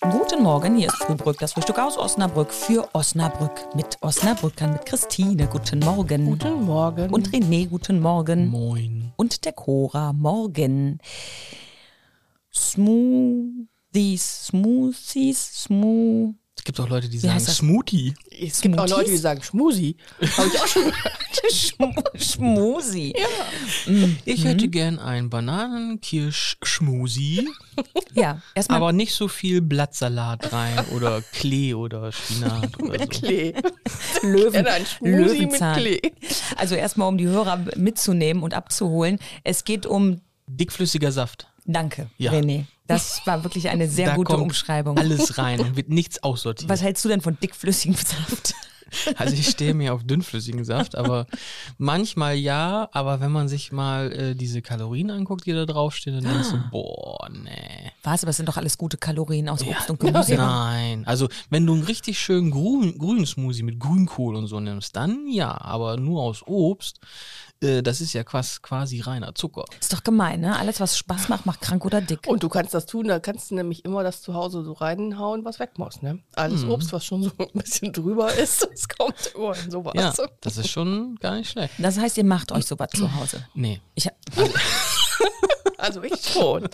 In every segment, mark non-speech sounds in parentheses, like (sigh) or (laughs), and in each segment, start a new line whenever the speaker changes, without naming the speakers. Guten Morgen, hier ist Frühbrück, das Frühstück aus Osnabrück für Osnabrück mit Osnabrückern, mit Christine. Guten Morgen.
Guten Morgen.
und René, guten Morgen.
Moin.
Und der Cora, morgen. Smoothies, Smoothies, Smooth.
Es gibt auch Leute, die
heißt
sagen
das?
Smoothie.
Es gibt auch
Smoothies?
Leute, die sagen Schmusi. Habe ich auch schon gehört.
Schm- Schmusi. Mhm.
Ich hätte gern einen
(laughs)
Bananen-Kirsch-Schmusi,
Ja, erstmal.
aber nicht so viel Blattsalat rein oder Klee oder
(laughs)
Spinat oder so.
Klee.
Löwen,
Ja, ein Schmusi mit
Löwenzahn.
Klee.
Also erstmal, um die Hörer mitzunehmen und abzuholen. Es geht um
Dickflüssiger Saft.
Danke,
Ja.
René. Das war wirklich eine sehr
da
gute
kommt
Umschreibung. (laughs)
Alles rein und wird nichts aussortiert.
Was hältst du denn von dickflüssigem (laughs) Saft?
Also ich stehe mir auf dünnflüssigen Saft, aber manchmal ja, aber wenn man sich mal äh, diese Kalorien anguckt, die da draufstehen, dann denkst
Ah.
du, boah, nee.
Was, aber es sind doch alles gute Kalorien aus Obst und Gemüse.
Nein. Also wenn du einen richtig schönen grün, grünen Smoothie mit Grünkohl und so nimmst, dann ja, aber nur aus Obst, äh, das ist ja quas, quasi reiner Zucker.
Ist doch gemein, ne? Alles, was Spaß macht, macht krank oder dick.
Und du kannst das tun, da kannst du nämlich immer das zu Hause so reinhauen, was weg muss. Ne? Alles
Mhm.
Obst, was schon so (laughs) ein bisschen drüber ist, das kommt immer in sowas.
Ja, das ist schon gar nicht schlecht.
Das heißt, ihr macht euch sowas zu Hause.
Nee.
Ich, hab-
Also ich
(laughs)
schon.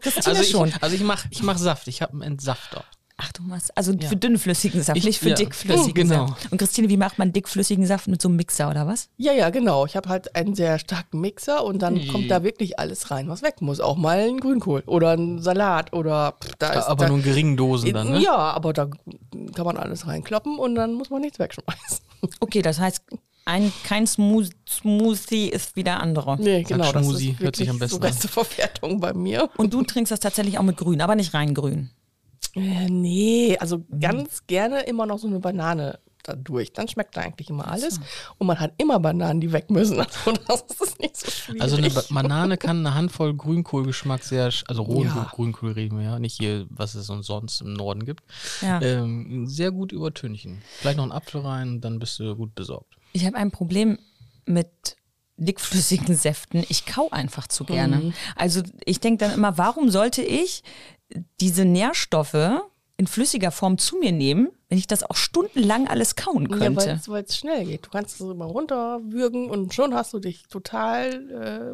Christine
Also ich,
schon.
also ich mach, ich mach Saft, ich habe einen Entsafter.
Ach du machst, also für dünnflüssigen Saft,
Ich-
nicht für
ja.
dickflüssigen
Genau.
Saft. Und Christine, wie macht man dickflüssigen Saft mit so einem Mixer oder was?
Ja, ja, genau. Ich habe halt einen sehr starken Mixer und dann kommt da wirklich alles rein, was weg muss. Auch mal ein Grünkohl oder ein Salat oder pff, da ist
Äh, Aber
da,
nur in geringen Dosen dann, ne?
Ja, aber da kann man alles reinkloppen und dann muss man nichts wegschmeißen.
Okay, das heißt, ein, kein Smooth, Smoothie ist wie der andere.
Nee,
Sag
genau. Das ist
Schmusi,
wirklich
hört sich am besten
so beste Verwertung bei mir.
Und du trinkst das tatsächlich auch mit grün, aber nicht rein grün.
Äh, nee, also
Mhm.
ganz gerne immer noch so eine Banane dadurch. Dann schmeckt da eigentlich immer alles. Und man hat immer Bananen, die weg müssen. (laughs) Also das ist nicht so schwierig.
Also eine Ba- Banane kann eine Handvoll Grünkohlgeschmack sehr, sch- also rohen
Ja.
Grünkohl reden wir ja, nicht hier, was es uns sonst im Norden gibt,
Ja.
ähm, sehr gut übertünchen. Vielleicht noch einen Apfel rein, dann bist du gut besorgt.
Ich habe ein Problem mit dickflüssigen Säften. Ich kau einfach zu gerne.
Mhm.
Also ich denke dann immer, warum sollte ich diese Nährstoffe in flüssiger Form zu mir nehmen, wenn ich das auch stundenlang alles kauen
Ja,
könnte?
weil es schnell geht. Du kannst es immer runterwürgen und schon hast du dich total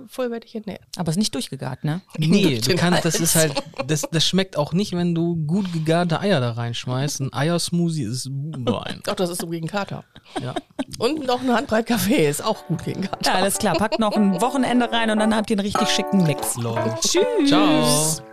äh, vollwertig ernährt.
Aber es ist nicht durchgegart,
(laughs)
ne?
Nee,
Durch
du
den
kannst, das
Hals.
ist halt, das, das schmeckt auch nicht, wenn du gut gegarte Eier da reinschmeißt. Ein Eiersmoothie ist Wein.
Doch, das ist so gegen Kater.
Ja.
Und noch eine Handbreit Kaffee ist auch gut gegen Kater.
Ja, alles klar. Packt noch ein Wochenende rein und dann habt ihr einen richtig schicken Mix.
Läuft.
Tschüss.
Ciao.